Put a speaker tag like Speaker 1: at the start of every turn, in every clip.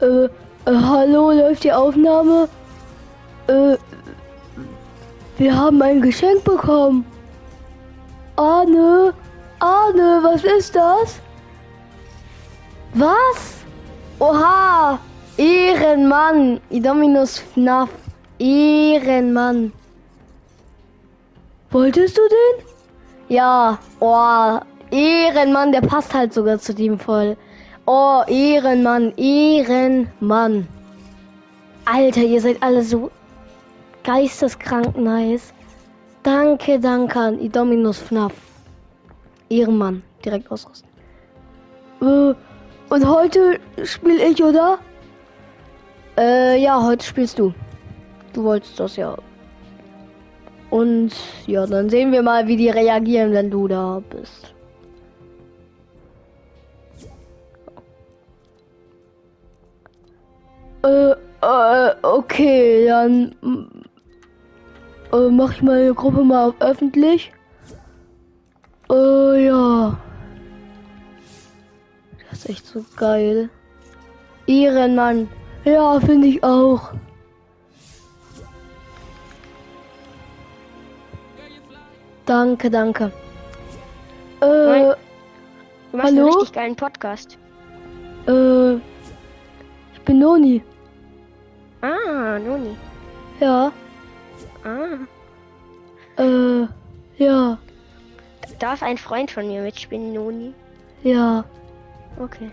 Speaker 1: Äh, äh, hallo, läuft die Aufnahme? Äh, wir haben ein Geschenk bekommen. Arne, Arne, was ist das? Was? Oha, Ehrenmann, Dominus FNAF, Ehrenmann. Wolltest du den? Ja, oh, Ehrenmann, der passt halt sogar zu dem voll. Oh, Ehrenmann, Ehrenmann. Alter, ihr seid alle so geisteskrank nice. Danke, danke an Idominus FNAF. Ehrenmann, direkt ausrüsten. Äh, und heute spiel ich, oder? Äh, ja, heute spielst du. Du wolltest das ja. Und ja, dann sehen wir mal, wie die reagieren, wenn du da bist. Äh, äh, okay, dann mm, äh, mach ich meine Gruppe mal auf öffentlich. Äh, ja. Das ist echt so geil. Ehrenmann. Ja, finde ich auch. Danke, danke. Äh,
Speaker 2: Nein. Du machst
Speaker 1: Hallo?
Speaker 2: einen richtig geilen Podcast.
Speaker 1: äh, ich bin Noni.
Speaker 2: Ah, Noni.
Speaker 1: Ja,
Speaker 2: Ah.
Speaker 1: äh, ja,
Speaker 2: Darf ein Freund von mir mitspielen, Noni?
Speaker 1: ja.
Speaker 2: Okay.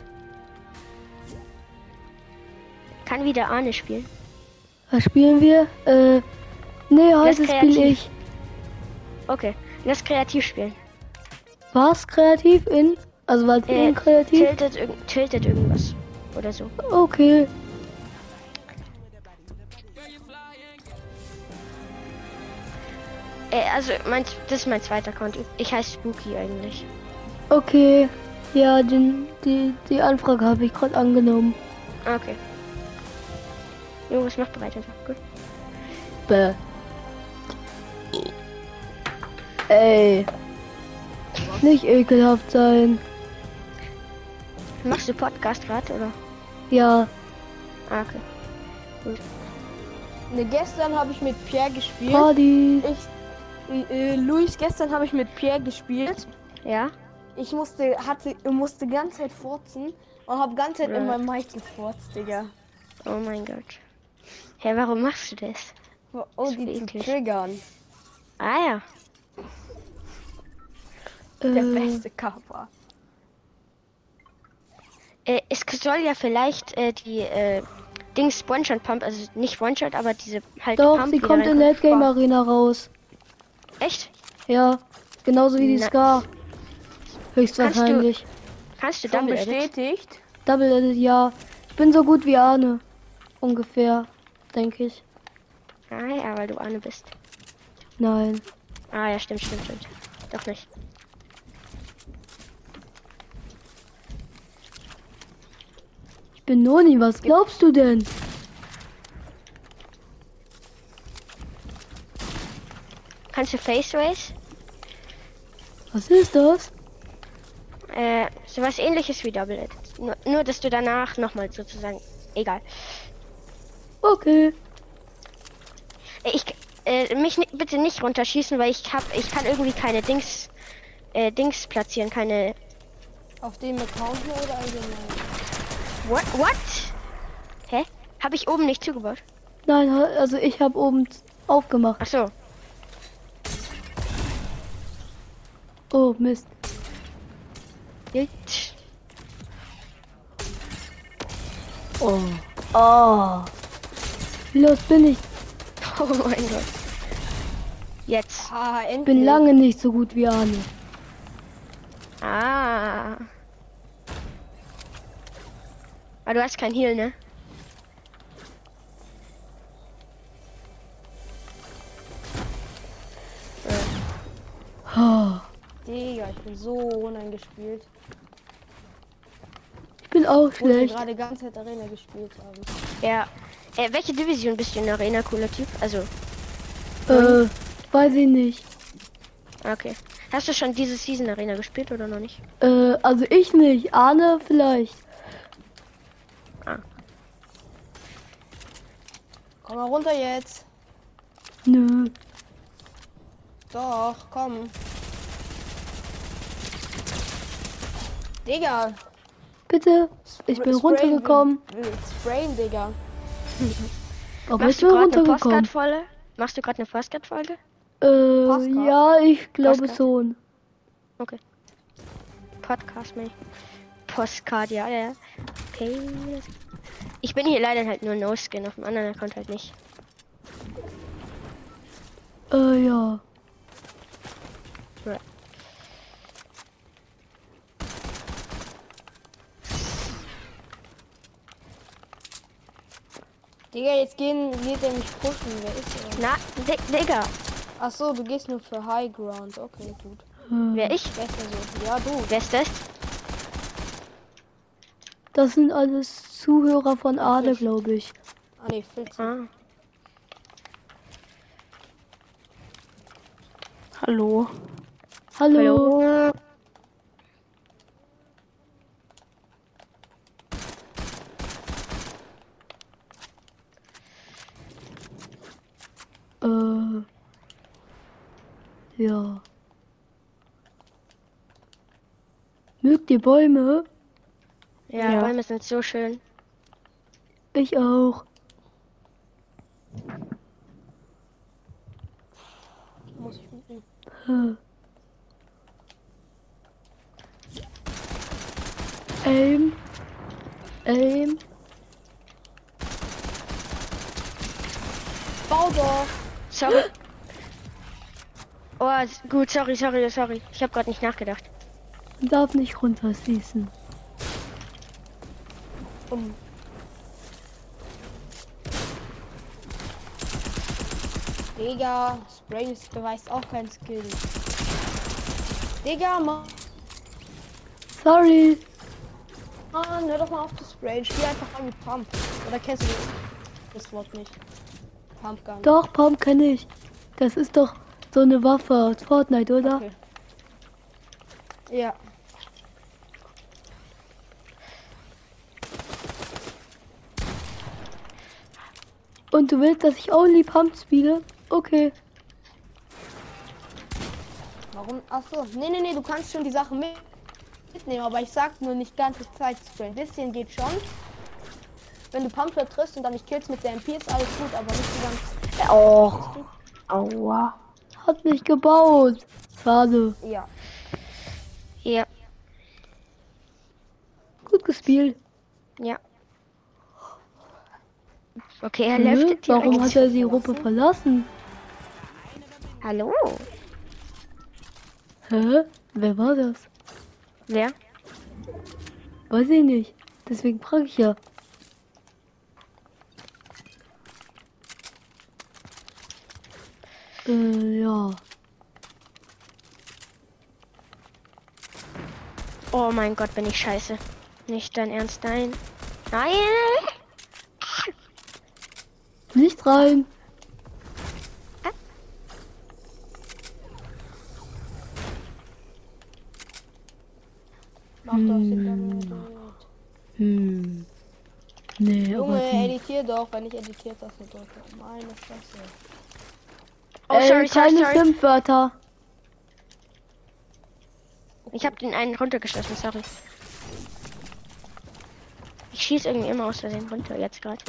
Speaker 2: Kann wieder Arne spielen.
Speaker 1: Was spielen wir? Äh, nee, heute
Speaker 2: ist
Speaker 1: spiele
Speaker 2: kreativ.
Speaker 1: ich.
Speaker 2: Okay. Lass kreativ spielen.
Speaker 1: Was kreativ in? Also was
Speaker 2: Äh,
Speaker 1: in kreativ?
Speaker 2: Tiltet, irg tiltet irgendwas. Oder so.
Speaker 1: Okay.
Speaker 2: Äh, also, mein, das ist mein zweiter Account. Ich heiße Spooky eigentlich.
Speaker 1: Okay, ja, den, die, die Anfrage habe ich gerade angenommen.
Speaker 2: Ah, okay. Jungs, mach bereit. Also. Gut.
Speaker 1: Bäh. Ey. Nicht ekelhaft sein.
Speaker 2: Machst du Podcast gerade, oder?
Speaker 1: Ja.
Speaker 2: Ah, okay.
Speaker 3: Ne, gestern habe ich mit Pierre gespielt.
Speaker 1: Party.
Speaker 3: Ich, äh, Luis, gestern habe ich mit Pierre gespielt.
Speaker 2: Ja?
Speaker 3: Ich musste, hatte, musste ganze Zeit furzen und habe ganze Zeit in
Speaker 2: Right.
Speaker 3: meinem Mic gefurzt, Digga.
Speaker 2: Oh mein Gott. Hä, warum machst du das?
Speaker 3: Um
Speaker 2: Das
Speaker 3: die
Speaker 2: ist
Speaker 3: zu
Speaker 2: eklig.
Speaker 3: triggern.
Speaker 2: Ah ja.
Speaker 3: Der
Speaker 1: Äh,
Speaker 3: beste Cover.
Speaker 2: Äh, es soll ja vielleicht äh, die äh, Dings One-Shot Pump, also nicht One-Shot, aber diese halt
Speaker 1: doch,
Speaker 2: Pump
Speaker 1: sie
Speaker 2: wieder
Speaker 1: kommt in
Speaker 2: reinkommt.
Speaker 1: Late Game Arena raus.
Speaker 2: Echt?
Speaker 1: Ja. Genauso wie die
Speaker 2: Na-
Speaker 1: Scar. Höchstwahrscheinlich.
Speaker 2: Kannst du
Speaker 3: Dann
Speaker 2: Double Edit?
Speaker 3: bestätigt.
Speaker 1: Double Edit, ja. Ich bin so gut wie Arne. Ungefähr, denke ich.
Speaker 2: Ah ja, weil du Arne bist.
Speaker 1: Nein.
Speaker 2: Ah ja, stimmt, stimmt, stimmt. Doch nicht.
Speaker 1: Ich bin Noni, was glaubst du denn?
Speaker 2: Kannst du Face Race?
Speaker 1: Was ist das?
Speaker 2: Äh, sowas ähnliches wie Double Edit. Nur, nur dass du danach nochmal sozusagen. Egal.
Speaker 1: Okay.
Speaker 2: Äh, Ich äh, mich ni- bitte nicht runterschießen, weil ich hab ich kann irgendwie keine Dings äh, Dings platzieren, keine
Speaker 3: Auf dem Account hier oder allgemein?
Speaker 2: What? What? Hä? Habe ich oben nicht zugebaut?
Speaker 1: Nein, ha- also ich habe oben aufgemacht.
Speaker 2: Ach so.
Speaker 1: Oh, Mist.
Speaker 2: Jetzt.
Speaker 1: Oh. Oh. Wie los bin ich?
Speaker 2: Oh mein Gott. Jetzt.
Speaker 3: Ah, endlich.
Speaker 1: Bin lange nicht so gut wie Arne.
Speaker 2: Ah. Aber du hast kein Heal, ne?
Speaker 1: Oh.
Speaker 3: Digga, ich bin so unangespielt.
Speaker 1: Ich bin auch
Speaker 3: Wo wir
Speaker 1: schlecht.
Speaker 3: gerade ganze Zeit Arena gespielt haben.
Speaker 2: Ja. Äh, welche Division bist du in der Arena, cooler Typ? Also,
Speaker 1: Äh, weiß ich nicht.
Speaker 2: ah, okay. Hast du schon diese Season Arena gespielt oder noch nicht?
Speaker 1: Äh, also ich nicht. Arne vielleicht.
Speaker 3: Komm mal runter jetzt.
Speaker 1: Nö.
Speaker 3: Doch, komm. Digga.
Speaker 1: Bitte. Ich bin
Speaker 3: Sprayen,
Speaker 1: runtergekommen.
Speaker 3: äh, Sprayen, Digga.
Speaker 1: Aber ich
Speaker 2: Machst du
Speaker 1: bin
Speaker 2: gerade eine
Speaker 1: runtergekommen.
Speaker 2: Postcard-Folge? Machst du gerade eine Postcard-Folge?
Speaker 1: Äh,
Speaker 3: Postcard?
Speaker 1: ja, ich glaube
Speaker 2: Postcard?
Speaker 1: schon.
Speaker 2: Podcast, meine ich. Postcard, ja, ja. ja. Okay. Ich bin hier leider halt nur No-Skin, auf dem anderen Account halt nicht.
Speaker 1: Äh, ja.
Speaker 3: Digga, jetzt gehen, geht der mich pushen. Wer ist er?
Speaker 2: Na, Di- Digga,
Speaker 3: Ach so, du gehst nur für High Ground. Okay, gut.
Speaker 1: Äh,
Speaker 2: wer ich?
Speaker 3: Besser so. Ja, du.
Speaker 2: Wer ist das?
Speaker 1: das sind alles Zuhörer von Ade, glaube ich.
Speaker 3: Ah, nee, Filz.
Speaker 2: Ah.
Speaker 4: Hallo.
Speaker 1: Hallo.
Speaker 2: Hallo.
Speaker 1: Äh. Ja. Mögt ihr Bäume?
Speaker 2: Ja,
Speaker 4: Ja.
Speaker 2: Bäume sind so schön.
Speaker 1: Ich auch.
Speaker 3: Muss ich mitnehmen.
Speaker 1: Äh. Aim. Aim.
Speaker 3: Bau doch.
Speaker 2: Sorry. Oh, s- gut, sorry, sorry, sorry. Ich habe gerade nicht nachgedacht.
Speaker 1: Man darf nicht runterschießen.
Speaker 3: Um. Digga, Spray ist- beweist auch kein Skill. Digga, Mann,
Speaker 1: Sorry.
Speaker 3: hör doch mal auf zu sprayen. Spiel einfach an mit Pump. Oder kennst du das Wort nicht? Pumpgun.
Speaker 1: Doch, Pom kann ich. Das ist doch so eine Waffe aus Fortnite, oder?
Speaker 3: Okay. Ja.
Speaker 1: Und du willst, dass ich Only Pump spiele? Okay.
Speaker 3: Warum? Achso. Nee, nee, nee, du kannst schon die Sachen mit mitnehmen, aber ich sag nur nicht ganze Zeit sprayen. Ein bisschen geht schon. Wenn du Pump triffst und dann nicht killst mit der MP ist alles gut, aber nicht die ganze
Speaker 4: Och. Aua.
Speaker 1: Hat nicht gebaut. Schade.
Speaker 3: Ja.
Speaker 2: Ja,
Speaker 1: Gut gespielt.
Speaker 2: ja. Okay, er
Speaker 1: Nö,
Speaker 2: läuft direkt.
Speaker 1: Mhm, Warum hat er die Gruppe
Speaker 2: ne?
Speaker 1: verlassen?
Speaker 2: Hallo.
Speaker 1: Hä? Wer war das?
Speaker 2: Wer?
Speaker 1: Weiß ich nicht. Deswegen frage ich ja. Äh, ja.
Speaker 2: Oh mein Gott, bin ich scheiße. Nicht dein Ernst, nein. Nein!
Speaker 1: Nicht rein.
Speaker 3: Mach doch Single
Speaker 1: Hm. Nee, aber
Speaker 3: Junge,
Speaker 1: die...
Speaker 3: editier doch, wenn ich editiert das nicht drücke. Meine Fresse.
Speaker 2: Oh, sorry,
Speaker 1: Ey,
Speaker 2: sorry,
Speaker 1: keine
Speaker 2: sorry.
Speaker 1: Schimpfwörter.
Speaker 2: Ich habe den einen runtergeschossen, sorry. Ich schieß irgendwie immer aus Versehen runter, jetzt gerade.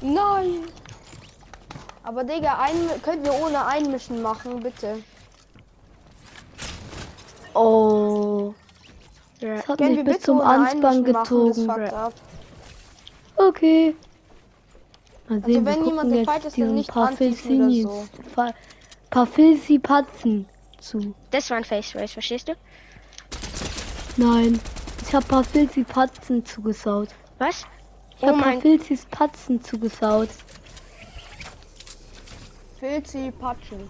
Speaker 3: Nein! Aber Digga, ein, können wir ohne Einmischen machen, bitte.
Speaker 1: Oh.
Speaker 2: Ja.
Speaker 1: Das hat
Speaker 3: Können
Speaker 1: mich
Speaker 3: wir
Speaker 1: bis
Speaker 3: bitte
Speaker 1: zum
Speaker 3: ohne
Speaker 1: Anspann
Speaker 3: Einmischen
Speaker 1: gezogen.
Speaker 3: Machen, das fuckt ab.
Speaker 1: Okay. Mal
Speaker 3: Also
Speaker 1: sehen,
Speaker 3: wenn
Speaker 1: wir
Speaker 3: jemand
Speaker 1: gucken
Speaker 3: den
Speaker 1: jetzt
Speaker 3: Fight ist, dann
Speaker 1: diesen
Speaker 3: nicht anschießen oder so.
Speaker 1: Parfilsinis, Fa- Parfilsipatzen zu.
Speaker 2: Das war ein Face Race, verstehst du?
Speaker 1: Nein, ich habe Parfilsipatzen zugesaut.
Speaker 2: Was?
Speaker 1: Ich
Speaker 2: Oh
Speaker 1: habe
Speaker 2: mein
Speaker 1: Parfilsispatzen zugesaut.
Speaker 3: Filzi Patschen.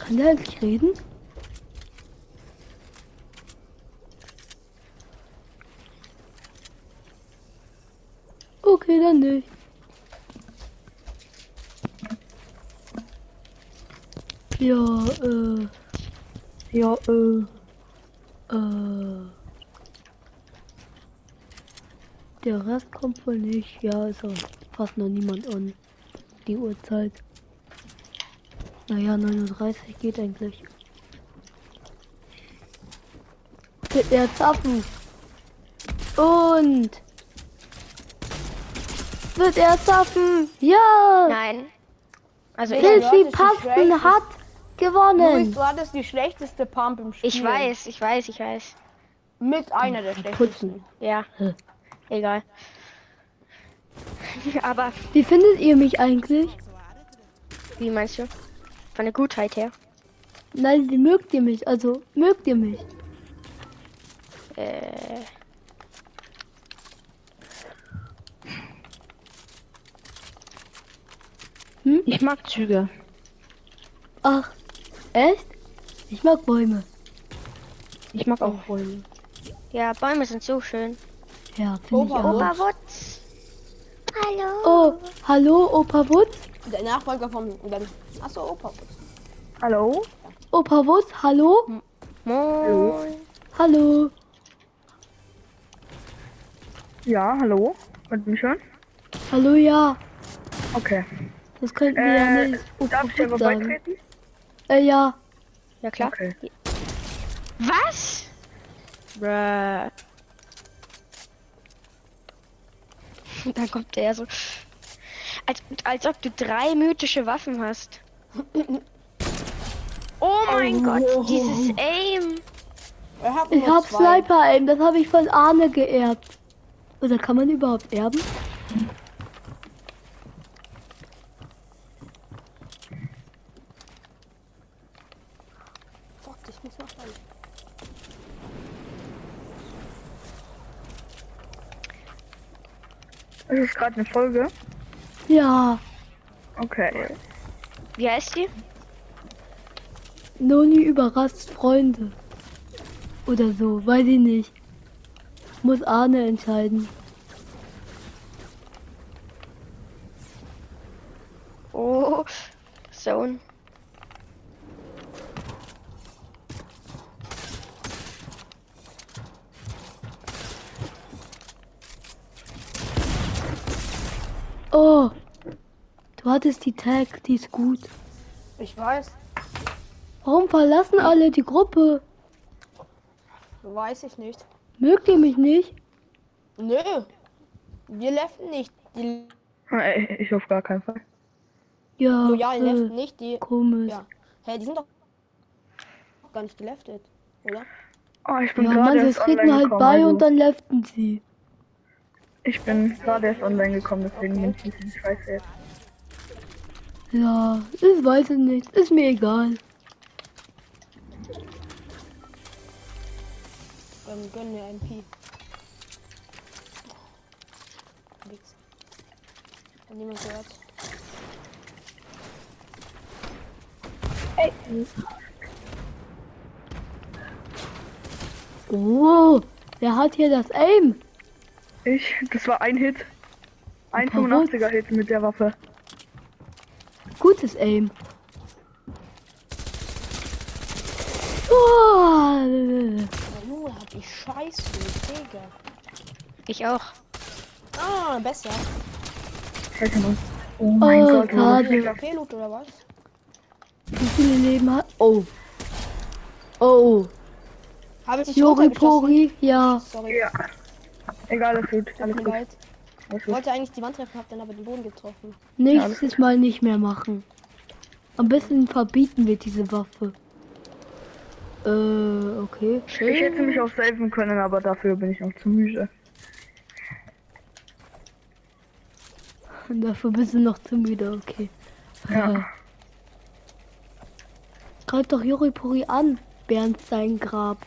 Speaker 1: Kann der eigentlich reden? Okay, dann nicht. Ja, äh.
Speaker 4: Ja, äh. Äh.
Speaker 1: Der Rest kommt wohl nicht. Ja, ist auch fast noch niemand an. Die Uhrzeit. Naja, 9.30 Uhr geht eigentlich. Mit der Zapfen. Und. Wird er Zapfen? Ja!
Speaker 2: Nein. Also
Speaker 3: Nee,
Speaker 2: ich,
Speaker 3: Leute,
Speaker 1: Lizzie
Speaker 3: die
Speaker 1: Pasten
Speaker 3: Dragons-
Speaker 1: hat
Speaker 3: Luis,
Speaker 1: gewonnen.
Speaker 3: du hattest die schlechteste Pump im Spiel.
Speaker 2: ich weiß, ich weiß, ich weiß.
Speaker 3: Mit einer der schlechtesten.
Speaker 1: Putzen.
Speaker 2: Ja.
Speaker 1: Hä?
Speaker 2: Egal. Aber
Speaker 1: Wie findet ihr mich eigentlich?
Speaker 2: wie meinst du? Von der Gutheit her.
Speaker 1: Nein, mögt ihr mich? Also, mögt ihr mich?
Speaker 2: Äh,
Speaker 4: Ich mag Züge.
Speaker 1: Ach, echt? Ich mag Bäume.
Speaker 4: Ich mag auch Bäume.
Speaker 2: ja, Bäume sind so schön.
Speaker 1: Ja, finde ich
Speaker 3: Opa,
Speaker 1: auch.
Speaker 2: Opa Wutz. Hallo.
Speaker 1: Oh, hallo, Opa Wutz.
Speaker 3: Der Nachfolger vom. Dann, achso, Opa.
Speaker 4: Hallo?
Speaker 1: Opa Wutz, hallo?
Speaker 2: Moin.
Speaker 1: Hallo.
Speaker 5: Ja, hallo. Mit mir schon?
Speaker 1: Hallo, ja.
Speaker 5: Okay.
Speaker 1: Das könnten wir ja
Speaker 5: Äh,
Speaker 1: nicht Opa
Speaker 5: darf ich dir
Speaker 1: Wutz
Speaker 5: was
Speaker 1: sagen.
Speaker 5: beitreten?
Speaker 1: Äh, ja.
Speaker 2: Ja klar.
Speaker 5: Okay.
Speaker 2: Was? Bruh. Dann kommt der so. Als, als ob du drei mythische Waffen hast. Oh mein Gott, dieses Aim.
Speaker 3: Er hat
Speaker 1: Ich
Speaker 3: nur
Speaker 1: hab
Speaker 3: zwei.
Speaker 1: Sniper Aim, das habe ich von Arne geerbt. Oder kann man überhaupt erben?
Speaker 3: Fuck, ich muss noch rein.
Speaker 5: Ist es gerade eine Folge?
Speaker 1: Ja.
Speaker 5: Okay.
Speaker 2: Wie heißt die?
Speaker 1: Noni überrascht Freunde. Oder so, weiß ich nicht. Muss Arne entscheiden.
Speaker 2: Oh. Zone.
Speaker 1: Oh. Du hattest die Tag, die ist gut.
Speaker 3: Ich weiß.
Speaker 1: Warum verlassen alle die Gruppe?
Speaker 3: Weiß ich nicht.
Speaker 1: Mögt ihr mich nicht?
Speaker 3: Nö. Wir leften nicht. Die
Speaker 5: Äh, Ich auf gar keinen Fall.
Speaker 1: Ja,
Speaker 3: loyalen leften
Speaker 1: äh,
Speaker 3: nicht. Die.
Speaker 1: komisch.
Speaker 3: Ja. Hä, die sind doch gar nicht geleftet. Oder?
Speaker 5: Oh, ich bin
Speaker 1: Ja,
Speaker 5: gerade
Speaker 1: manche
Speaker 5: erst
Speaker 1: treten
Speaker 5: online
Speaker 1: halt
Speaker 5: gekommen.
Speaker 1: bei
Speaker 5: also,
Speaker 1: und dann leften sie.
Speaker 5: ich bin gerade erst online gekommen, deswegen bin ich ein bisschen scheiße jetzt.
Speaker 1: Ja, ich weiß es nicht. Ist mir egal.
Speaker 3: Dann gönn mir MP. Nix. Hat niemand gehört.
Speaker 1: Oh, wer hat hier das Aim?
Speaker 5: Ich, das war ein Hit. Ein
Speaker 1: Opa,
Speaker 5: 85er Hit mit der Waffe.
Speaker 1: Gutes Aim. Oh,
Speaker 3: Aber Junge, hab ich Scheiße, Digga.
Speaker 2: Ich auch.
Speaker 3: Ah, besser.
Speaker 5: Scheiße, Mann. Oh mein
Speaker 1: Oh,
Speaker 5: Gott, warum
Speaker 1: Gott.
Speaker 5: ich das-
Speaker 3: Okay, Loot oder was?
Speaker 1: wie viele Leben hat? Oh. Oh,
Speaker 3: Habe ich dich
Speaker 1: Jori
Speaker 3: runtergeschossen?
Speaker 1: Pori, ja.
Speaker 3: Sorry,
Speaker 5: Ja. Egal, alles gut.
Speaker 3: tut
Speaker 5: Alles
Speaker 3: mir
Speaker 5: gut.
Speaker 3: leid.
Speaker 5: Alles
Speaker 3: Ich
Speaker 5: gut.
Speaker 3: wollte eigentlich die Wand treffen, hab dann aber den Boden getroffen.
Speaker 1: Nächstes Mal nicht mehr machen. Am besten verbieten wir diese Waffe. Äh, okay.
Speaker 5: Ich hätte mich auch saven können, aber dafür bin ich noch zu müde.
Speaker 1: Dafür bist du noch zu müde, okay.
Speaker 5: Ja.
Speaker 1: Greif doch Yoripuri an, Bernd sein Grab.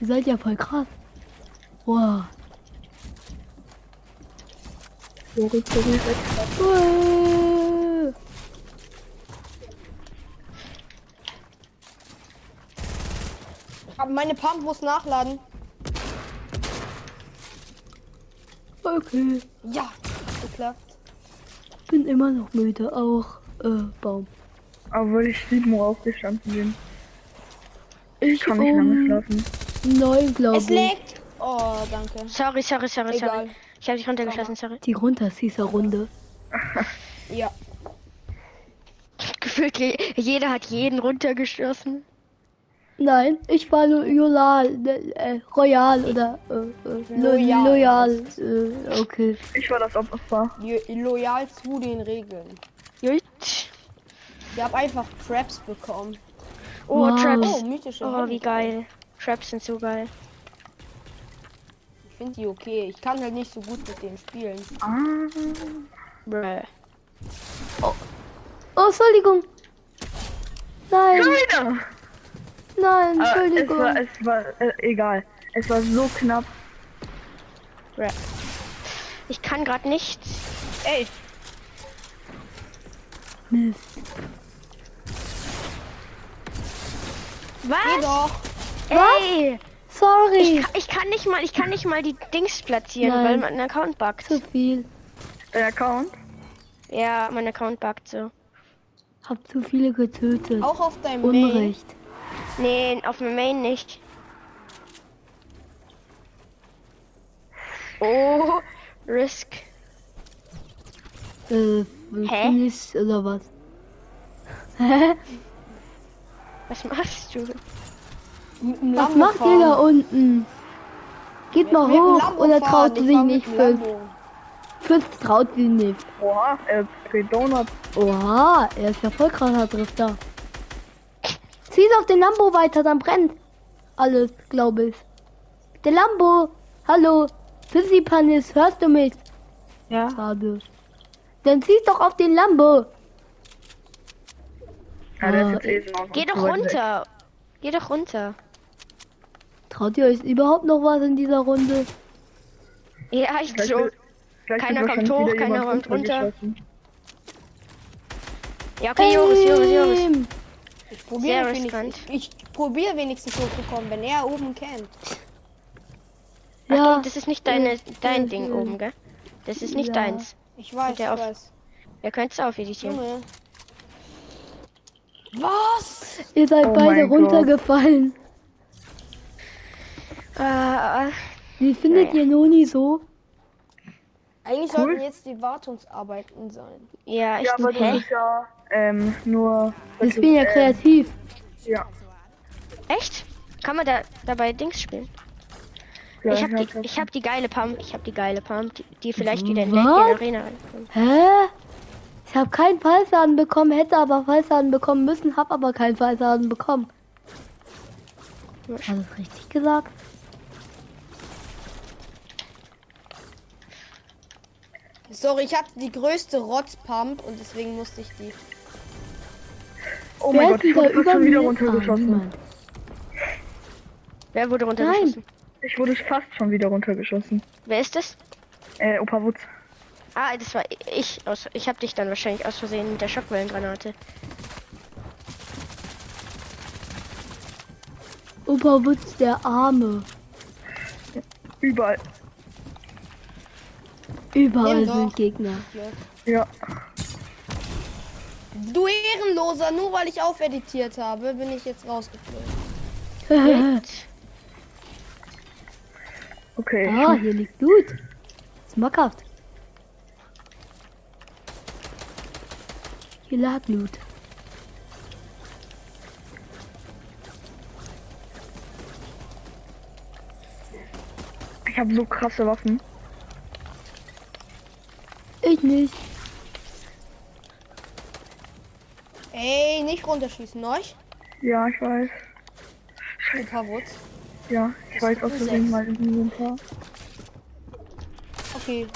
Speaker 1: Ihr seid ja voll krass. Wow. Yoripuri
Speaker 3: Aber meine Pump muss nachladen.
Speaker 1: Äh, Okay,
Speaker 3: Ja, geklappt.
Speaker 1: bin immer noch müde, auch äh, Baum.
Speaker 5: Obwohl ich 7 Uhr aufgestanden bin. Ich kann nicht lange schlafen.
Speaker 1: Neun, glaube
Speaker 3: Es
Speaker 1: ich.
Speaker 3: legt. Oh, danke.
Speaker 2: Sorry, sorry, sorry,
Speaker 3: Egal.
Speaker 2: sorry. Ich habe dich runtergeschossen, sorry.
Speaker 1: Die runter, dieser Runde.
Speaker 3: Ja.
Speaker 2: Gefühlt je, jeder hat jeden runtergeschossen.
Speaker 1: Nein, ich war nur loyal, äh, äh, royal oder äh, äh, lo
Speaker 3: Loyal.
Speaker 1: loyal. Äh, okay.
Speaker 5: Ich war das Opfer.
Speaker 3: Lo- Loyal zu den Regeln.
Speaker 2: Jut.
Speaker 3: Ich habe einfach Traps bekommen.
Speaker 2: Oh,
Speaker 1: Wow.
Speaker 3: Oh,
Speaker 2: Traps.
Speaker 3: mythische.
Speaker 2: Oh,
Speaker 3: Hände.
Speaker 2: wie geil. Traps sind so geil.
Speaker 3: Ich finde die okay. Ich kann halt nicht so gut mit denen spielen.
Speaker 5: Ah,
Speaker 2: Bruh.
Speaker 1: Oh, Entschuldigung. Nein,
Speaker 5: Leute!
Speaker 3: Ah,
Speaker 1: nein,
Speaker 5: Aber Äh, es
Speaker 1: Entschuldigung.
Speaker 5: war, es war äh, egal. Es war so knapp.
Speaker 2: Ich kann gerade nichts.
Speaker 3: Ey,
Speaker 1: Mist.
Speaker 3: geh
Speaker 1: Ah,
Speaker 2: Was?
Speaker 3: doch.
Speaker 2: Ey! Ich,
Speaker 1: Sorry.
Speaker 2: ka- ich kann nicht mal, ich kann nicht mal die Dings platzieren,
Speaker 1: Nein.
Speaker 2: weil mein Account buggt.
Speaker 1: Zu viel.
Speaker 5: Dein Äh, Account?
Speaker 2: Ja, mein Account buggt so.
Speaker 1: Hab zu viele getötet.
Speaker 3: Auch auf deinem Mail.
Speaker 1: Unrecht.
Speaker 2: Nee, auf dem Main nicht. Oh, Risk.
Speaker 1: Äh,
Speaker 2: Hä?
Speaker 1: Finish oder was? Hä?
Speaker 2: Was machst du?
Speaker 3: Mit dem
Speaker 1: Was
Speaker 3: Lambo
Speaker 1: macht ihr
Speaker 3: fahren.
Speaker 1: da unten? Geht mal
Speaker 3: Mit dem
Speaker 1: hoch
Speaker 3: Lambo
Speaker 1: oder
Speaker 3: fahren.
Speaker 1: traut
Speaker 3: Ich
Speaker 1: sie sich
Speaker 3: fahr mit
Speaker 1: nicht
Speaker 3: dem
Speaker 1: fünf?
Speaker 3: Lambo.
Speaker 1: Fünf traut sie nicht.
Speaker 5: Oha, äh, für Donuts.
Speaker 1: Oha, er ist ja voll krasser Drifter. Zieh's auf den Lambo weiter, dann brennt alles, glaube ich. Der Lambo, hallo, Physipanis, hörst du mich?
Speaker 4: Ja.
Speaker 1: Schade. Dann zieh's doch auf den Lambo.
Speaker 5: Ja, der
Speaker 1: Ah.
Speaker 5: ist jetzt eh so
Speaker 2: Äh, Geh doch
Speaker 5: so weit weg.
Speaker 2: runter. Geh doch runter.
Speaker 1: Traut ihr euch überhaupt noch was in dieser Runde?
Speaker 2: Ja, ich
Speaker 5: Vielleicht
Speaker 2: so.
Speaker 5: wird- vielleicht
Speaker 2: Keiner
Speaker 5: wird
Speaker 2: kommt
Speaker 5: wahrscheinlich
Speaker 2: hoch,
Speaker 5: wieder
Speaker 2: keiner
Speaker 5: jemand
Speaker 2: kommt runter.
Speaker 5: runtergeschossen.
Speaker 2: Ja, okay, Joris, Joris, Joris.
Speaker 1: Ähm,
Speaker 3: Ich probiere
Speaker 2: Sehr
Speaker 3: wenigstens,
Speaker 2: riskant.
Speaker 3: ich, ich probiere wenigstens hochzukommen, wenn er oben kennt.
Speaker 2: Ach,
Speaker 1: Ja,
Speaker 2: du, das ist nicht deine, dein Ding
Speaker 1: ja.
Speaker 2: oben, gell? Das ist nicht
Speaker 1: Ja.
Speaker 2: deins.
Speaker 3: Ich weiß,
Speaker 2: Der
Speaker 3: ich
Speaker 2: auf-
Speaker 3: weiß.
Speaker 2: Ihr könnt es aufeditieren.
Speaker 3: Junge. Was?
Speaker 1: ihr seid
Speaker 5: Oh
Speaker 1: beide
Speaker 5: mein Gott.
Speaker 1: runtergefallen.
Speaker 2: Äh,
Speaker 1: Wie findet ihr Noni so?
Speaker 3: Eigentlich
Speaker 5: Cool.
Speaker 3: sollten jetzt die Wartungsarbeiten sein.
Speaker 2: ja, ich
Speaker 5: Ja, aber das
Speaker 2: hä?
Speaker 5: ist ja, ähm, nur.
Speaker 1: Wir spielen ja
Speaker 5: äh,
Speaker 1: kreativ.
Speaker 5: Ja,
Speaker 2: Echt? Kann man da dabei Dings spielen?
Speaker 5: ja,
Speaker 2: ich habe
Speaker 5: hab
Speaker 2: die,
Speaker 5: halt das-
Speaker 2: ich hab die geile Pump, ich habe die geile Pump, die, die vielleicht wieder in
Speaker 1: Was?
Speaker 2: der Arena reinkommt.
Speaker 1: Hä? Ich habe keinen Fallschaden bekommen, hätte aber Fallschaden bekommen müssen, habe aber keinen Fallschaden bekommen. War das richtig gesagt?
Speaker 3: Sorry, ich hatte die größte Rotzpump und deswegen musste ich die.
Speaker 5: Oh mein
Speaker 1: Wer
Speaker 5: Gott,
Speaker 1: ist
Speaker 5: ich
Speaker 1: denn
Speaker 5: wurde fast schon
Speaker 1: mir?
Speaker 5: wieder
Speaker 1: Ah,
Speaker 5: runtergeschossen.
Speaker 1: niemand.
Speaker 2: Wer wurde runtergeschossen?
Speaker 5: Ich wurde fast schon wieder runtergeschossen.
Speaker 2: Wer ist das?
Speaker 5: Äh, Opa Wutz.
Speaker 2: Ah, das war ich. Aus, ich habe dich dann wahrscheinlich aus Versehen mit der Schockwellengranate.
Speaker 1: Opa Wutz, der Arme.
Speaker 5: Überall.
Speaker 1: Überall
Speaker 3: Nimm doch.
Speaker 1: sind Gegner.
Speaker 5: Ja.
Speaker 3: Du Ehrenloser, nur weil ich aufeditiert habe, bin ich jetzt rausgeflogen.
Speaker 5: Okay.
Speaker 1: ah, hier liegt Loot. Smackhaft. Hier lag Loot.
Speaker 5: Ich habe so krasse Waffen.
Speaker 1: Ich nicht.
Speaker 3: Ey, nicht runterschießen, euch.
Speaker 5: Ja, ich weiß.
Speaker 3: Super Wutz.
Speaker 5: Ja, ich weiß aus Versehen
Speaker 3: sechs.
Speaker 5: mal in diesem Paar.
Speaker 3: Okay.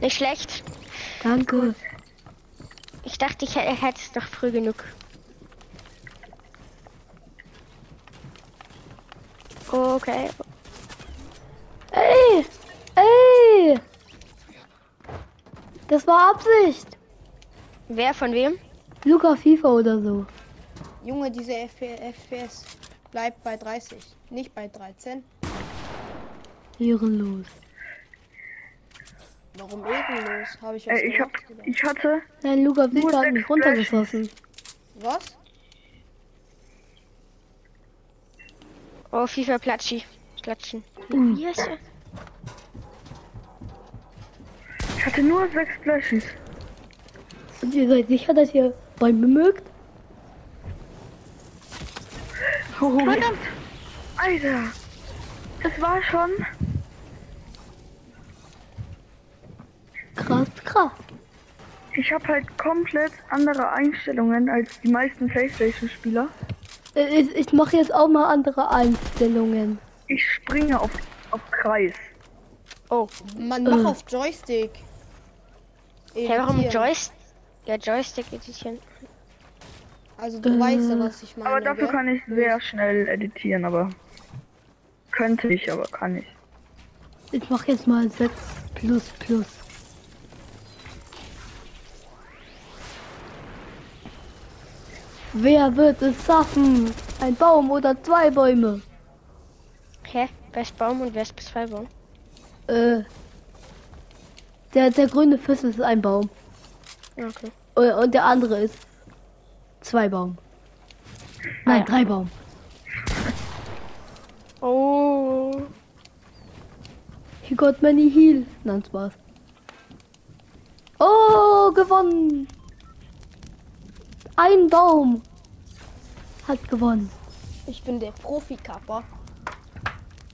Speaker 2: Nicht schlecht.
Speaker 1: Danke.
Speaker 2: Ich dachte, ich hä- hätte es doch früh genug. Okay.
Speaker 1: Ey! Ey! Das war Absicht.
Speaker 2: Wer von wem?
Speaker 1: Luca FIFA oder so.
Speaker 3: Junge, diese FP FPS bleibt bei 30, nicht bei 13.
Speaker 1: Ehrenlos.
Speaker 3: Warum ehrenlos? Habe ich was
Speaker 5: Äh, ich hab,
Speaker 3: gemacht? oder?
Speaker 5: ich hatte,
Speaker 1: Nein, Luca Wilde hat
Speaker 5: Muss
Speaker 1: mich runtergeschossen.
Speaker 3: Was?
Speaker 2: Oh, FIFA Platschi. Klatschen. Wie heißt er?
Speaker 5: ich hatte nur sechs Flashes.
Speaker 1: Und ihr seid sicher, dass ihr Bäume mögt?
Speaker 5: Verdammt! Alter! Das war schon.
Speaker 1: Krass, krass.
Speaker 5: Ich habe halt komplett andere Einstellungen als die meisten Playstation-Spieler.
Speaker 1: Äh, Ich, ich mache jetzt auch mal andere Einstellungen.
Speaker 5: Ich springe auf, auf Kreis.
Speaker 3: Man
Speaker 1: Äh.
Speaker 3: mach auf Joystick.
Speaker 2: Ja, warum
Speaker 3: Editieren.
Speaker 2: Joystick? Ja, Joystick editieren.
Speaker 3: Also du weißt ja, was ich meine.
Speaker 5: Äh, Aber dafür
Speaker 3: gell?
Speaker 5: kann ich sehr schnell editieren, aber. Könnte ich, aber kann ich.
Speaker 1: Ich mache jetzt mal 6 plus plus. Wer wird es schaffen? Ein Baum oder zwei Bäume?
Speaker 2: Hä? Wer ist Baum und wer ist bis zwei Baum?
Speaker 1: Äh. Der, der grüne Fisch ist ein Baum.
Speaker 2: Ja, Okay.
Speaker 1: Und, Äh, und der andere ist zwei Baum.
Speaker 2: Ah,
Speaker 1: Nein, drei Baum.
Speaker 2: Oh.
Speaker 1: He got many heal. Nein, Spaß. Oh, gewonnen. Ein Baum hat gewonnen.
Speaker 3: Ich bin der Profikapper.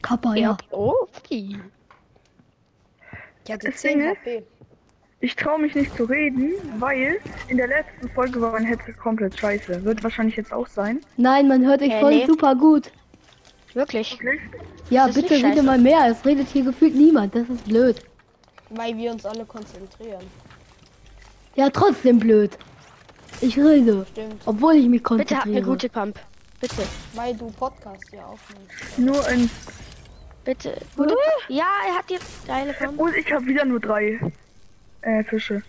Speaker 1: Kappa, ja.
Speaker 2: Oh.
Speaker 3: Ich hatte
Speaker 5: Das
Speaker 3: 10
Speaker 5: Ding ist-
Speaker 3: HP.
Speaker 5: Ich traue mich nicht zu reden, weil in der letzten Folge war mein Headset komplett scheiße. Wird wahrscheinlich jetzt auch sein.
Speaker 1: Nein, man hört euch
Speaker 2: Äh,
Speaker 1: voll
Speaker 2: nee.
Speaker 1: super gut.
Speaker 2: Wirklich?
Speaker 1: Ja,
Speaker 2: Das ist
Speaker 1: bitte
Speaker 2: nicht
Speaker 1: rede
Speaker 2: scheiße.
Speaker 1: mal mehr. Es redet hier gefühlt niemand. Das ist blöd.
Speaker 3: Weil wir uns alle konzentrieren.
Speaker 1: Ja, trotzdem blöd. Ich rede,
Speaker 3: Stimmt.
Speaker 1: obwohl ich mich
Speaker 2: Bitte
Speaker 1: konzentriere.
Speaker 2: habt eine gute Pump. Bitte.
Speaker 3: Weil du Podcast ja aufnimmst.
Speaker 5: Nur in.
Speaker 2: Bitte. Gute Ja, er hat die geile Pump.
Speaker 5: Und ich habe wieder nur drei äh, Fische.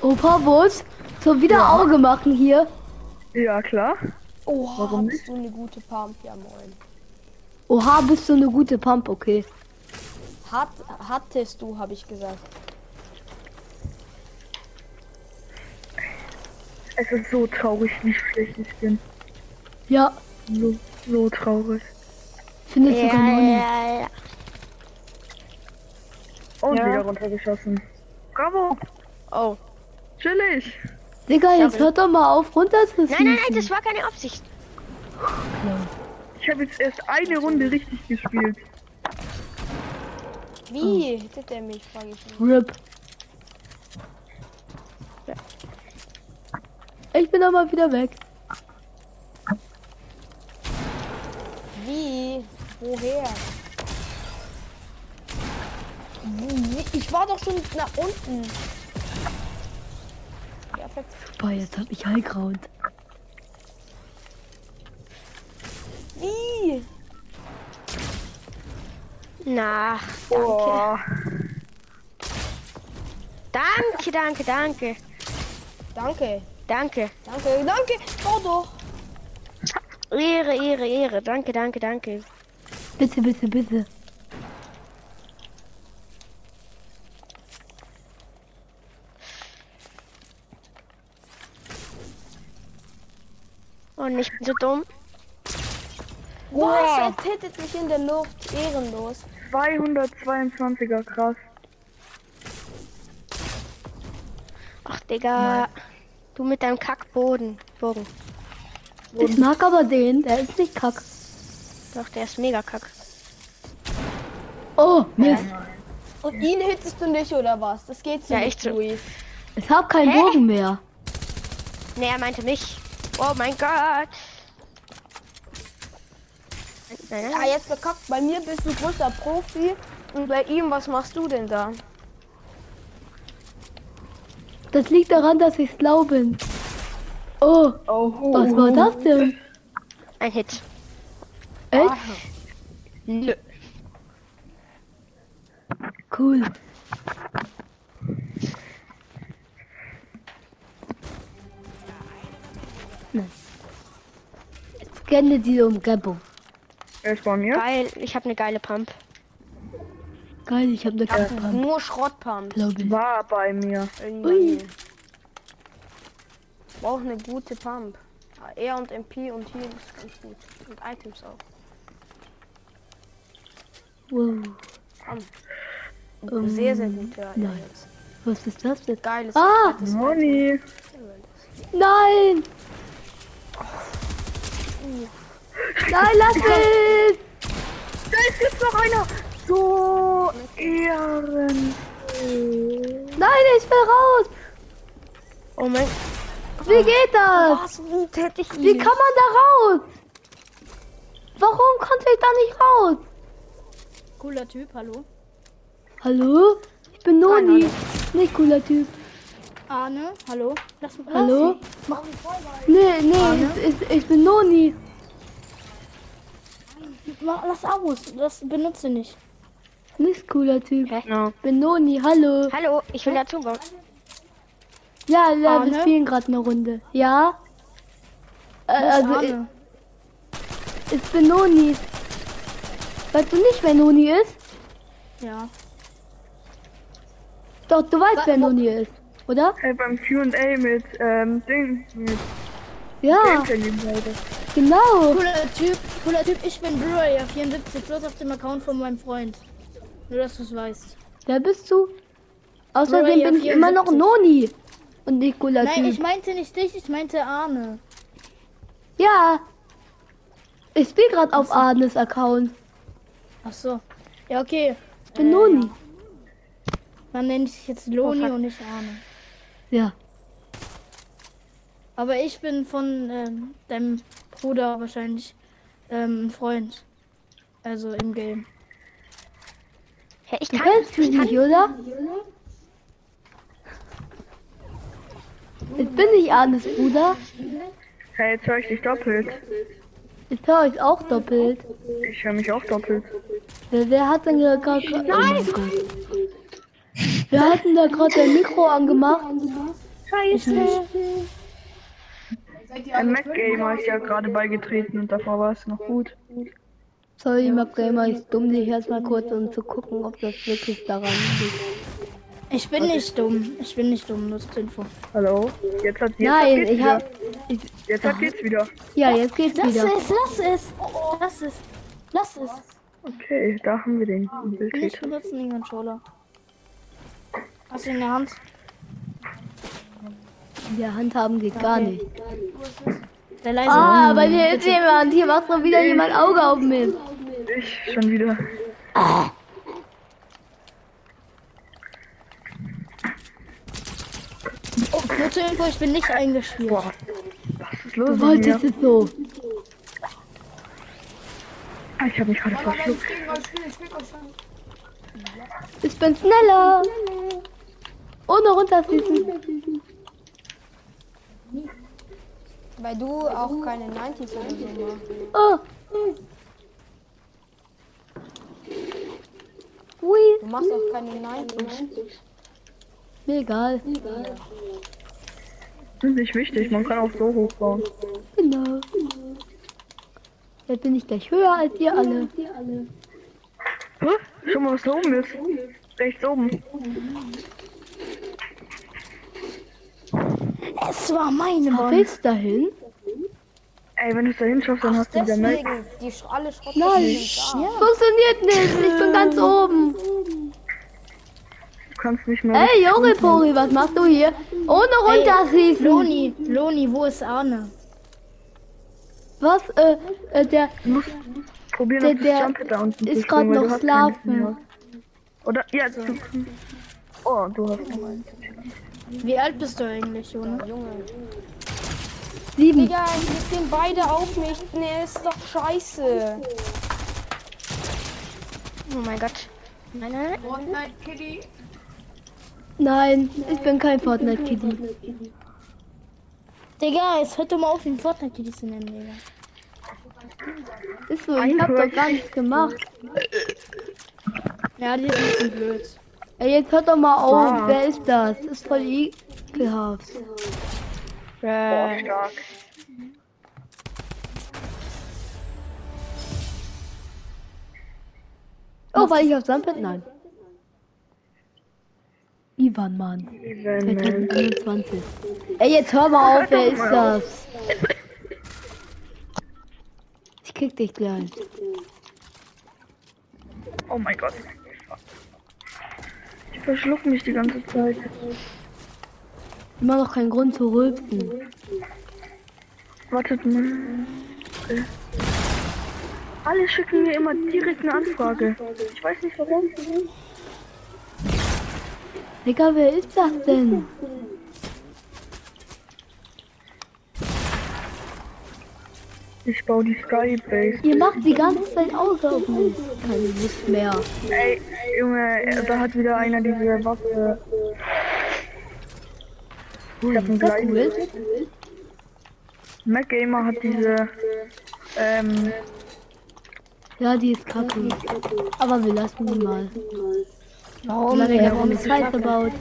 Speaker 1: Opa Bus, so wieder Auge machen hier.
Speaker 5: Ja, klar.
Speaker 3: Oha,
Speaker 5: Warum
Speaker 3: bist du eine gute Pump? Ja, moin.
Speaker 1: Oha, bist du eine gute Pump, okay.
Speaker 3: Hat, hattest du, habe ich gesagt.
Speaker 5: Es ist so traurig, wie schlecht ich bin.
Speaker 1: Ja,
Speaker 5: So, so traurig.
Speaker 1: findest du
Speaker 2: Ja,
Speaker 1: Kanone.
Speaker 2: ja, ja.
Speaker 5: Und
Speaker 4: Ja.
Speaker 5: wieder runtergeschossen. Bravo!
Speaker 2: Oh.
Speaker 5: Chillig!
Speaker 1: Digga, jetzt
Speaker 2: Sorry.
Speaker 1: hört doch mal auf, runter zu
Speaker 2: Nein, nein, nein, das war keine Absicht.
Speaker 5: Ich habe jetzt erst eine Runde richtig gespielt.
Speaker 2: Hm.
Speaker 3: Wie hittet er mich, frage ich mich.
Speaker 1: RIP. Ich bin aber wieder weg.
Speaker 3: Wie? Woher? Wie? Ich war doch schon nach unten. Perfekt.
Speaker 1: Boah, jetzt hab ich Highground.
Speaker 3: Wie?
Speaker 2: Na, danke.
Speaker 5: Boah.
Speaker 2: Danke, danke, danke.
Speaker 3: Danke.
Speaker 2: Danke.
Speaker 3: Danke, danke. Schau doch.
Speaker 2: Ehre, Ehre, Ehre. Danke, danke, danke.
Speaker 1: Bitte, bitte, bitte.
Speaker 2: Und ich bin Oh, so dumm.
Speaker 3: Was? Er hittet mich in der Luft. Ehrenlos.
Speaker 5: 222er, krass.
Speaker 2: Ach, Digga. Du mit deinem Kackboden. Bogen.
Speaker 1: Ich mag aber den, der ist nicht kack.
Speaker 2: Doch, der ist mega kack.
Speaker 1: Oh, Mist.
Speaker 3: Und ihn hittest du nicht, oder was? Das geht so
Speaker 2: Ja, echt
Speaker 3: nicht,
Speaker 2: so.
Speaker 3: Luis.
Speaker 1: Ich hab keinen
Speaker 2: Hä?
Speaker 1: Bogen mehr.
Speaker 2: Nee, er meinte mich. Oh mein Gott. Nein, nein,
Speaker 3: Ja,
Speaker 2: nein.
Speaker 3: Ah, jetzt bekackt. Bei mir bist du großer Profi. Und bei ihm, was machst du denn da?
Speaker 1: Das liegt daran, dass ich schlau bin. Oh, was war das denn?
Speaker 2: Ein Hit.
Speaker 1: Echt?
Speaker 2: Nö.
Speaker 1: Cool. Nein. Scanne diese Umgebung.
Speaker 5: Er ist bei mir.
Speaker 2: ne Geil. Ich habe eine geile Pump.
Speaker 1: Geil, ich habe eine Kampfpump,
Speaker 3: Nur Schrottpump.
Speaker 1: glaube ich.
Speaker 5: War bei mir.
Speaker 3: Irgendwie. Braucht eine gute Pump. Er und MP und Heal ist ganz gut. Und Items auch.
Speaker 1: Wow. Ähm,
Speaker 3: Sehr, sehr gute Items.
Speaker 1: Was ist das denn?
Speaker 3: Geiles.
Speaker 1: Ah,
Speaker 5: Moni.
Speaker 1: nein! Nein, lass ihn!
Speaker 5: Da ist jetzt noch einer. So Ehren.
Speaker 1: Nein, ich will raus!
Speaker 2: Oh mein
Speaker 1: Wie geht das?
Speaker 3: Was? Wie hätte ich
Speaker 1: Wie
Speaker 6: Hm.
Speaker 3: ihn?
Speaker 1: kann man da raus? Warum konnte ich da nicht raus?
Speaker 6: Cooler Typ, hallo.
Speaker 1: Hallo? Ich bin Noni. Nicht cooler Typ.
Speaker 6: Arne, hallo. Lass mich
Speaker 1: Hallo? Nee, nee, ich, ich, ich bin Noni.
Speaker 6: Mach, lass aus, das benutze nicht.
Speaker 1: Nicht cooler Typ.
Speaker 5: Ja.
Speaker 1: Ich bin Noni, hallo.
Speaker 2: Hallo, ich will dazu bauen.
Speaker 1: Ja, ja, wir
Speaker 6: Arne?
Speaker 1: spielen gerade eine Runde. Ja? Äh, also, ich,
Speaker 6: Arne.
Speaker 1: ich bin Noni. Weißt du nicht, wer Noni ist?
Speaker 6: Ja.
Speaker 1: Doch, du weißt, wer Noni ist, oder?
Speaker 5: Hey, beim Q&A mit ähm, Ding, mit
Speaker 1: Ja,
Speaker 5: Gameplay lieben Leute.
Speaker 1: genau.
Speaker 6: Cooler Typ, cooler Typ, ich bin Bluey, 74 plus auf dem Account von meinem Freund. Nur, dass du es weißt.
Speaker 1: Wer bist du? Außerdem
Speaker 6: Maria
Speaker 1: bin ich immer noch
Speaker 6: 74.
Speaker 1: Noni. Und nicht cooler
Speaker 6: Nein,
Speaker 1: Typ.
Speaker 6: ich meinte nicht dich, ich meinte Arne.
Speaker 1: Ja. Ich spiele gerade auf Arnes Account.
Speaker 6: Ach so. Ja, okay.
Speaker 1: Ich bin Noni.
Speaker 6: Dann nenne ich dich jetzt Loni und nicht Arne.
Speaker 1: Ja.
Speaker 6: Aber ich bin von ähm, deinem Bruder wahrscheinlich ähm, ein Freund. Also im Game.
Speaker 2: Hä, ich
Speaker 1: Du
Speaker 2: kann,
Speaker 1: kennst mich nicht, oder? Ich bin nicht Arnes Bruder.
Speaker 5: Hey, jetzt höre ich dich doppelt.
Speaker 1: Ich höre euch auch doppelt.
Speaker 5: Ich höre mich auch doppelt.
Speaker 1: Wer, wer hat denn da gerade... Oh mein Gott. Wer hat denn da gerade dein Mikro angemacht?
Speaker 5: Ein Mac Gamer ist ja gerade beigetreten und davor war es noch gut.
Speaker 1: Sorry, Map Gamer, ich dumm dich erstmal kurz, um zu gucken, ob das wirklich daran liegt.
Speaker 6: Ich bin nicht dumm. Ich bin nicht dumm, nur zur Info.
Speaker 5: Hallo? Jetzt hat jetzt
Speaker 1: Nein,
Speaker 5: geht's
Speaker 1: ich
Speaker 5: wieder.
Speaker 1: hab... Ich,
Speaker 5: Jetzt hat geht's wieder.
Speaker 1: ja, jetzt geht's
Speaker 6: Lass
Speaker 1: wieder.
Speaker 6: es, lass es! Lass es! Lass es!
Speaker 5: Okay, da haben wir den.
Speaker 6: Nicht benutzen den Controller. Hast du ihn in der Hand?
Speaker 1: Ja, Handhaben geht gar nicht.
Speaker 6: Der leise.
Speaker 1: Ah, bei dir ist jemand. Hier macht mal wieder jemand Auge auf mich.
Speaker 5: Ich schon wieder.
Speaker 6: Nur zur Info, ich bin nicht eingespielt.
Speaker 5: Was ist los
Speaker 1: Du
Speaker 5: mit mir?
Speaker 1: wolltest es so.
Speaker 5: Ah, Ich habe mich gerade verschluckt.
Speaker 1: Ich bin schneller. Ohne runterfließen.
Speaker 3: Weil du auch keine 90s oder so machst.
Speaker 1: Oh. Ui.
Speaker 3: Du machst auch keine 90s.
Speaker 1: Mir egal.
Speaker 5: Das ist nicht wichtig, man kann auch so hochbauen.
Speaker 1: Genau. Jetzt bin ich gleich höher als ihr alle.
Speaker 5: Hä? Schau mal, was da oben ist. Rechts oben.
Speaker 6: Es war meine
Speaker 1: Hab
Speaker 6: Mann.
Speaker 1: ich's dahin?
Speaker 5: Ey, wenn du es da hinschaffst, dann hast du wieder Mac.
Speaker 3: Deswegen, die Sch- alle
Speaker 1: Nein.
Speaker 3: Schrottpumpen sind da.
Speaker 1: Funktioniert nicht. Ich bin ganz oben.
Speaker 5: Du kannst nicht mehr.
Speaker 1: Ey, Junge Pori, was machst du hier? Ohne runterschießen.
Speaker 6: Loni, Loni, wo ist Arne?
Speaker 1: Was? Äh, äh, der
Speaker 5: Du musst
Speaker 1: Der-
Speaker 5: probieren, auf
Speaker 1: der
Speaker 5: das Jump da unten
Speaker 1: ist
Speaker 5: zu springen,
Speaker 1: grad noch
Speaker 5: weil du hast keinen
Speaker 1: schlafen.
Speaker 5: Hit mehr. Oder? Ja, du. Oh, du hast noch einen.
Speaker 6: Wie alt bist du eigentlich, Junge?
Speaker 1: sieben.
Speaker 3: Digga, hier stehen beide auf mich. Nee, ist doch scheiße.
Speaker 2: Oh mein Gott. Nein, nein, nein.
Speaker 1: Nein, ich bin kein Fortnite-Kitty.
Speaker 6: Digga, jetzt hört doch mal auf, den Fortnite-Kitty zu nennen, Digga.
Speaker 1: Ist so, ich hab doch gar nichts gemacht.
Speaker 6: Ja, die ist ein bisschen blöd.
Speaker 1: Ey, jetzt hört doch mal auf,
Speaker 5: Ah.
Speaker 1: wer ist das? Ist voll ekelhaft.
Speaker 7: Äh,
Speaker 5: Oh, stark.
Speaker 1: Oh, weil ich auf Sandpit? Nein. Ivan Mann.
Speaker 5: Even, man.
Speaker 1: 2021. Ey, jetzt hör mal auf, wer ist das? Ich krieg dich gleich.
Speaker 5: Oh mein Gott. Ich verschluck mich die ganze Zeit.
Speaker 1: Immer noch kein Grund zu rülpsen.
Speaker 5: Wartet mal. Äh. Alle schicken mir immer direkt eine Anfrage. Ich weiß nicht warum.
Speaker 1: Digga, wer ist das denn?
Speaker 5: Ich baue die Skybase.
Speaker 1: Ihr macht die ganze Zeit Auge auf mich. Keine Lust mehr.
Speaker 5: Ey, Junge, da hat wieder einer diese Waffe. Ich hab einen
Speaker 1: Das
Speaker 5: gleichen.
Speaker 1: cool.
Speaker 5: Mac Gamer hat diese. Ähm,
Speaker 1: Ja, die ist kacke. Aber wir lassen die mal.
Speaker 6: Warum?
Speaker 1: Solange
Speaker 6: Digga,
Speaker 1: er
Speaker 6: warum
Speaker 1: keine
Speaker 6: ist
Speaker 1: Scheiße baut.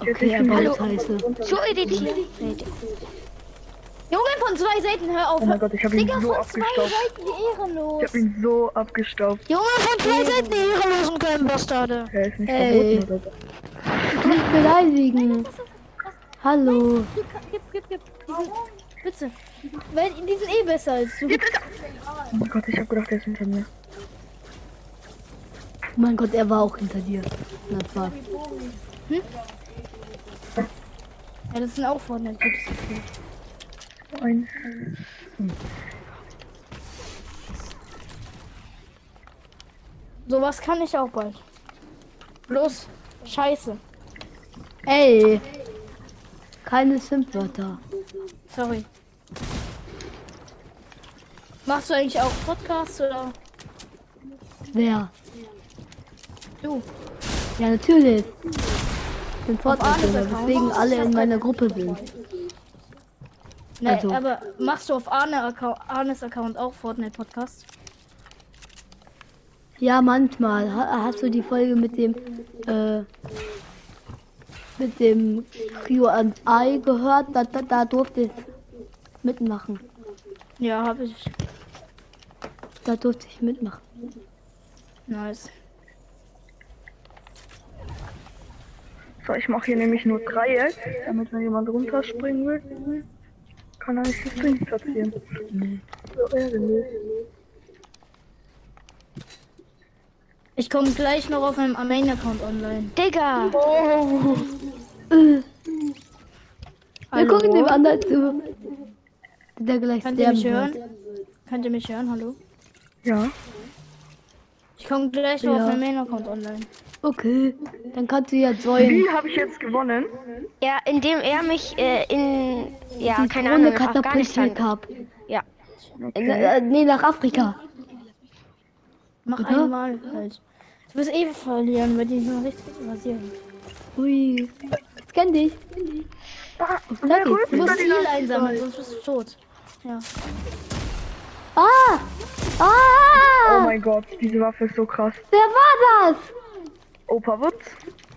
Speaker 1: Okay, er baut Scheiße.
Speaker 2: So editieren.
Speaker 6: Junge, von zwei Seiten, hör auf.
Speaker 5: oh mein Gott, ich hab ihn
Speaker 6: Digga,
Speaker 5: so
Speaker 6: von zwei
Speaker 5: abgestaubt.
Speaker 6: Seiten, ehrenlos.
Speaker 5: Ich hab ihn so abgestaubt.
Speaker 6: Junge, von zwei Seiten, ehrenlosen können, Bastarde.
Speaker 5: Er ist nicht
Speaker 1: Ey.
Speaker 5: verboten oder so.
Speaker 1: Nicht beleidigen. Hallo.
Speaker 6: Gib, gib, gib, gib. Die sind, bitte. Weil die sind eh besser als du.
Speaker 5: Oh mein Gott, ich hab gedacht, er ist hinter mir.
Speaker 1: Oh Mein Gott, er war auch hinter dir. Das war.
Speaker 6: Hm? Ja, das sind auch vorne ein gutes Gefühl.
Speaker 5: Ein.
Speaker 6: Sowas kann ich auch bald. Bloß scheiße.
Speaker 1: Ey. Keine Simp-Wörter.
Speaker 6: Sorry. Machst du eigentlich auch Podcasts oder?
Speaker 1: Wer?
Speaker 6: Du.
Speaker 1: Ja, natürlich. Ich bin Fortnite-Spieler,
Speaker 6: Account.
Speaker 1: weswegen alle in meiner Gruppe sind.
Speaker 6: Nein,
Speaker 1: Also.
Speaker 6: aber machst du auf Arne Account, Arnes Account auch Fortnite Podcast?
Speaker 1: Ja, manchmal. Ha hast du die Folge mit dem, äh, mit dem Q&I gehört? Da, da, da durfte ich mitmachen.
Speaker 6: Ja, habe ich.
Speaker 1: Da durfte ich mitmachen.
Speaker 6: Nice.
Speaker 5: So, ich mache hier nämlich nur Dreieck, damit wenn jemand runterspringen will, kann er nicht die Strings platzieren. So ärgerlich.
Speaker 6: Ich komme gleich noch auf meinem Main Account online.
Speaker 2: Digga.
Speaker 1: Oh. Wir
Speaker 6: Hallo?
Speaker 1: gucken dem anderen zu. Der gleich
Speaker 6: Könnt
Speaker 1: sterben
Speaker 6: ihr mich
Speaker 1: wird.
Speaker 6: hören? Könnt ihr mich hören? Hallo?
Speaker 5: Ja.
Speaker 6: Ich komme gleich noch
Speaker 1: Ja.
Speaker 6: auf meinem Main Account online.
Speaker 1: Okay, dann kannst du ja joinen.
Speaker 5: Wie habe ich jetzt gewonnen?
Speaker 2: Ja, indem er mich äh, in ja,
Speaker 1: Die
Speaker 2: keine
Speaker 1: Drohne
Speaker 2: Ahnung, nach Afghanistan.
Speaker 1: katapultiert hab.
Speaker 2: Ja.
Speaker 1: Äh, äh, nee, nach Afrika.
Speaker 6: Mach
Speaker 1: Oder?
Speaker 6: einmal halt. Du wirst eh verlieren, weil die nicht mal richtig rasieren.
Speaker 1: Ui. Ich kenn dich.
Speaker 5: Ah,
Speaker 1: Sag
Speaker 5: wer
Speaker 1: ich.
Speaker 5: holt
Speaker 6: Du
Speaker 5: mich da
Speaker 6: musst
Speaker 5: die
Speaker 6: Ziel einsammeln, sonst bist du tot.
Speaker 1: Ah!
Speaker 5: Oh
Speaker 1: Ah!
Speaker 5: mein Gott, diese Waffe ist so krass.
Speaker 1: Wer war das?
Speaker 5: Opa Wutz,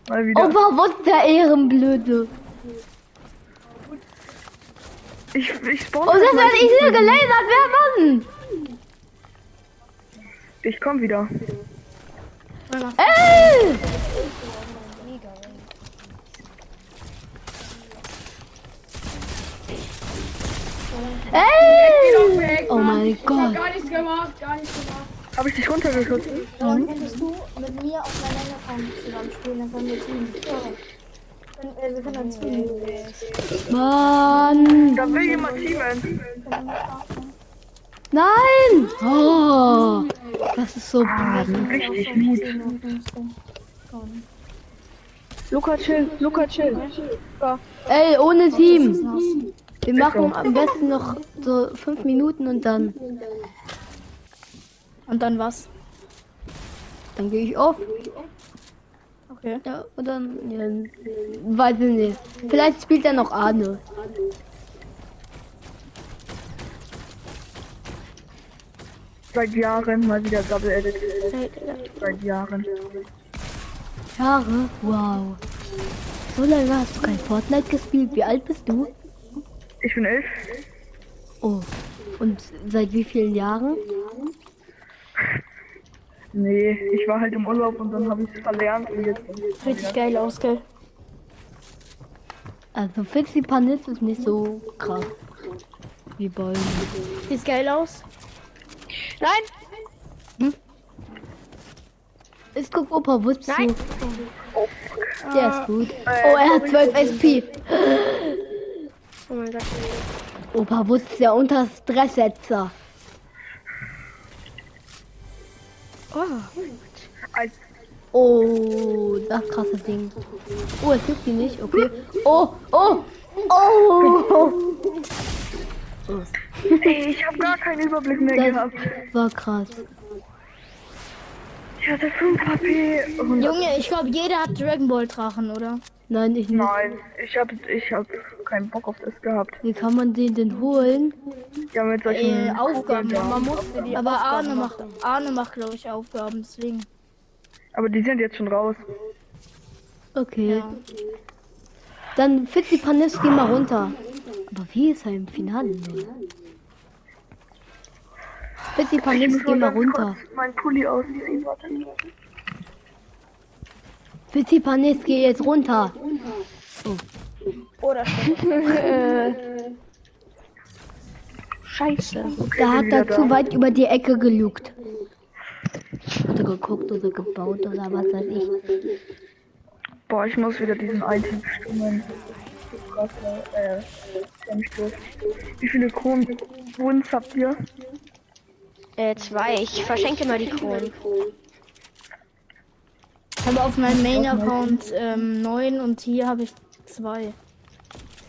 Speaker 5: mal wieder.
Speaker 1: Opa, was der Ehrenblöde.
Speaker 5: Ich, ich spawn.
Speaker 1: Und Oh, das, was
Speaker 5: gleich.
Speaker 1: ich hier gelasert, wer war denn?
Speaker 5: Ich komm wieder.
Speaker 1: Ey! Ey! Oh mein Gott.
Speaker 8: Gar nichts gemacht, gar nichts gemacht.
Speaker 5: Habe ich dich runtergeschossen?
Speaker 8: Dann
Speaker 6: Mhm.
Speaker 8: könntest du mit mir auf meiner Account zusammen spielen, dann können wir Team. Dann, äh, wir können dann Team.
Speaker 1: Mann.
Speaker 5: Da will jemand teamen.
Speaker 1: Nein. Oh. Das ist so
Speaker 5: Ah, richtig gut.
Speaker 4: Luca chill, Luca chill.
Speaker 1: Ey, ohne Team. Wir machen am besten noch so fünf Minuten und dann,
Speaker 6: Und dann was?
Speaker 1: dann gehe ich auf.
Speaker 6: Okay.
Speaker 1: Ja, oder, ja, weiß ich nicht. Vielleicht spielt er noch Arne.
Speaker 5: Seit Jahren mal wieder Double Edit. Seit Jahren.
Speaker 1: Jahre? Wow. So lange hast du kein Fortnite gespielt. Wie alt bist du?
Speaker 5: Ich bin elf.
Speaker 1: Oh. Und seit wie vielen Jahren?
Speaker 5: Nee, ich war halt im Urlaub und dann habe ich es verlernt und jetzt.
Speaker 6: Richtig geil aus, gell?
Speaker 1: Also Fixie Panitz ist nicht so krass. Wie Bäume.
Speaker 6: Sieht geil aus.
Speaker 2: Nein,
Speaker 1: Ist guck Opa, wo bist
Speaker 2: Nein.
Speaker 1: du? Der ist gut. Oh, er hat 12 SP.
Speaker 2: Oh mein Gott.
Speaker 1: Opa, wo ist der unter Stresssetzer?
Speaker 5: Als
Speaker 1: Oh, das krasse Ding. Oh, es juckt die nicht, okay. Oh, oh, oh.
Speaker 5: Ey, ich habe gar keinen Überblick mehr
Speaker 1: Das
Speaker 5: gehabt.
Speaker 1: war krass.
Speaker 5: Ich hatte 5 HP. 100.
Speaker 6: Junge, ich glaube, jeder hat Dragon Ball Drachen, oder?
Speaker 1: Nein, ich nicht.
Speaker 5: Nein, ich hab, ich hab keinen Bock auf das gehabt.
Speaker 1: Wie kann man den denn holen?
Speaker 5: Ja, mit solchen
Speaker 6: Äh, Aufgaben.
Speaker 3: Man musste die
Speaker 6: Aber
Speaker 3: Aufgaben
Speaker 6: Arne macht,
Speaker 3: machen.
Speaker 6: Arne macht, glaube ich, Aufgaben, deswegen.
Speaker 5: Aber die sind jetzt schon raus.
Speaker 1: Okay. Dann Fitzi Paniski mal runter. Aber wie ist er im Finale? denn? Fitzi Paniski mal runter.
Speaker 5: Mein Pulli ausziehen, warte.
Speaker 1: Fitzi Paniski jetzt runter.
Speaker 3: Oder
Speaker 4: Scheiße.
Speaker 1: Da hat
Speaker 5: bin wieder
Speaker 1: er zu
Speaker 5: da.
Speaker 1: weit über die Ecke gelugt. Oder geguckt oder gebaut oder was weiß ich.
Speaker 5: Boah, ich muss wieder diesen Item bestimmen. Krass, äh, der mich trifft. Wie viele Kronen Wunsch habt ihr?
Speaker 2: Äh, zwei. Ich verschenke mal die Kronen.
Speaker 6: Ich habe auf meinem Main-Account ähm, neun und hier habe ich zwei.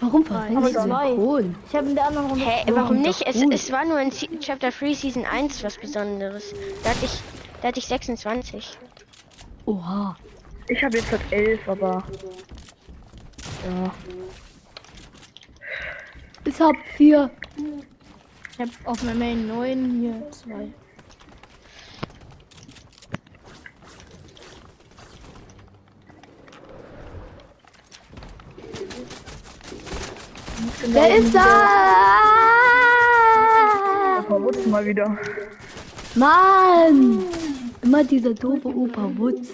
Speaker 1: Warum verwenden
Speaker 6: Aber
Speaker 1: sie den
Speaker 6: zwei.
Speaker 1: Kron?
Speaker 6: Ich habe in der anderen Runde.
Speaker 2: Hä, warum nicht? Es, es war nur in Se Chapter 3 Season 1 was Besonderes. Da hatte ich, da hatte ich 26.
Speaker 1: Oha.
Speaker 5: Ich habe jetzt halt elf, aber
Speaker 1: Ich hab vier.
Speaker 6: Ich habe auf meinem Main neun, hier zwei.
Speaker 1: Wer ist da?
Speaker 5: mal Wutz mal wieder.
Speaker 1: Mann! Immer dieser doofe Opa Wutz.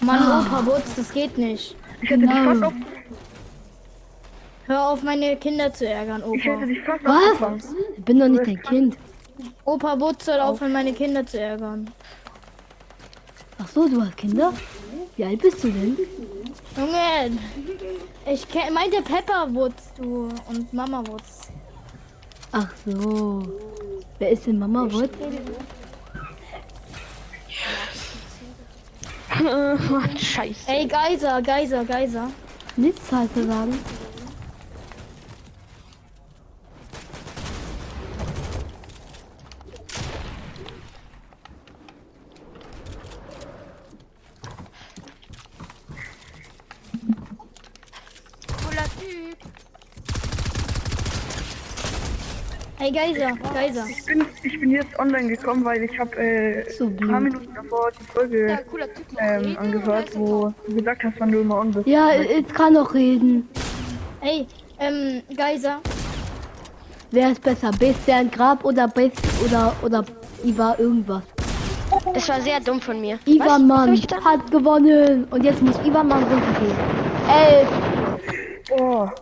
Speaker 6: Mann, Opa Wutz, das geht nicht.
Speaker 5: Ich hätte dich fast, auf,
Speaker 6: Hör auf, meine Kinder zu ärgern,
Speaker 5: ich hätte
Speaker 6: Opa.
Speaker 5: dich fast aufgefangen.
Speaker 1: Was? Ich bin doch nicht dein Kind.
Speaker 6: Opa Wutz soll aufhören, meine Kinder zu ärgern.
Speaker 1: Ach so, du hast Kinder? Wie alt bist du denn?
Speaker 6: Junge, ich ke- meinte Pepper Wutz, du, und Mama Wutz.
Speaker 1: Ach so. Wer ist denn Mama Wutz?
Speaker 2: Mann, scheiße.
Speaker 6: Ey, Geiser, Geiser, Geiser.
Speaker 1: Nichts halt zu sagen.
Speaker 2: Cooler Typ.
Speaker 6: Ey, Geiser, Geiser.
Speaker 5: Ich bin, ich bin jetzt online gekommen, weil ich habe äh,
Speaker 1: So
Speaker 5: ein paar
Speaker 1: blöd.
Speaker 5: Minuten davor die Folge ähm, angehört, wo du gesagt hast, wann du immer on bist.
Speaker 1: Ja, jetzt kann doch reden.
Speaker 6: Ey, ähm, Geiser.
Speaker 1: Wer ist besser? Bestian Grab oder Best oder oder Iva irgendwas?
Speaker 2: Das war sehr dumm von mir. Was? Was hab
Speaker 1: Ivermann
Speaker 2: ich da?
Speaker 1: hat gewonnen und jetzt muss Ivermann runtergehen. Elf.
Speaker 5: Boah,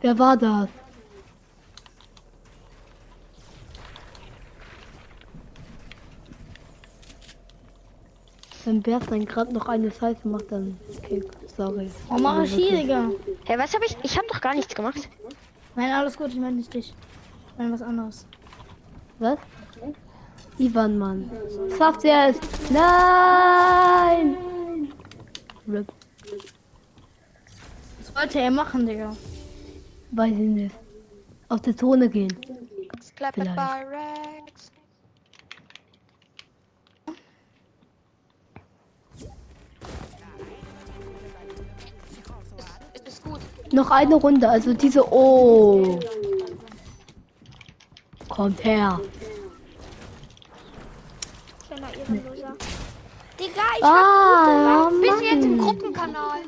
Speaker 1: Wer war das? Wenn Bert dann gerade noch eine Scheiße macht, dann okay, sorry.
Speaker 6: Oh, Marashi, Digga.
Speaker 2: Hä, was habe ich? Ich habe doch gar nichts gemacht.
Speaker 6: Nein, alles gut, ich meine nicht dich. Ich meine was anderes.
Speaker 1: Was? Ivan Mann. Schafft er es? Nein! Rip.
Speaker 6: Was wollte er machen, Digga?
Speaker 1: Weiß ich nicht. Auf die Zone gehen.
Speaker 7: Clap it
Speaker 1: Vielleicht.
Speaker 7: by Rex. Ist es gut?
Speaker 1: Noch eine Runde, also diese Oh. Kommt her.
Speaker 7: Kleiner Ehrenloser. Digga, ich
Speaker 1: Ah,
Speaker 7: bin jetzt im
Speaker 1: Mann.
Speaker 7: Gruppenkanal.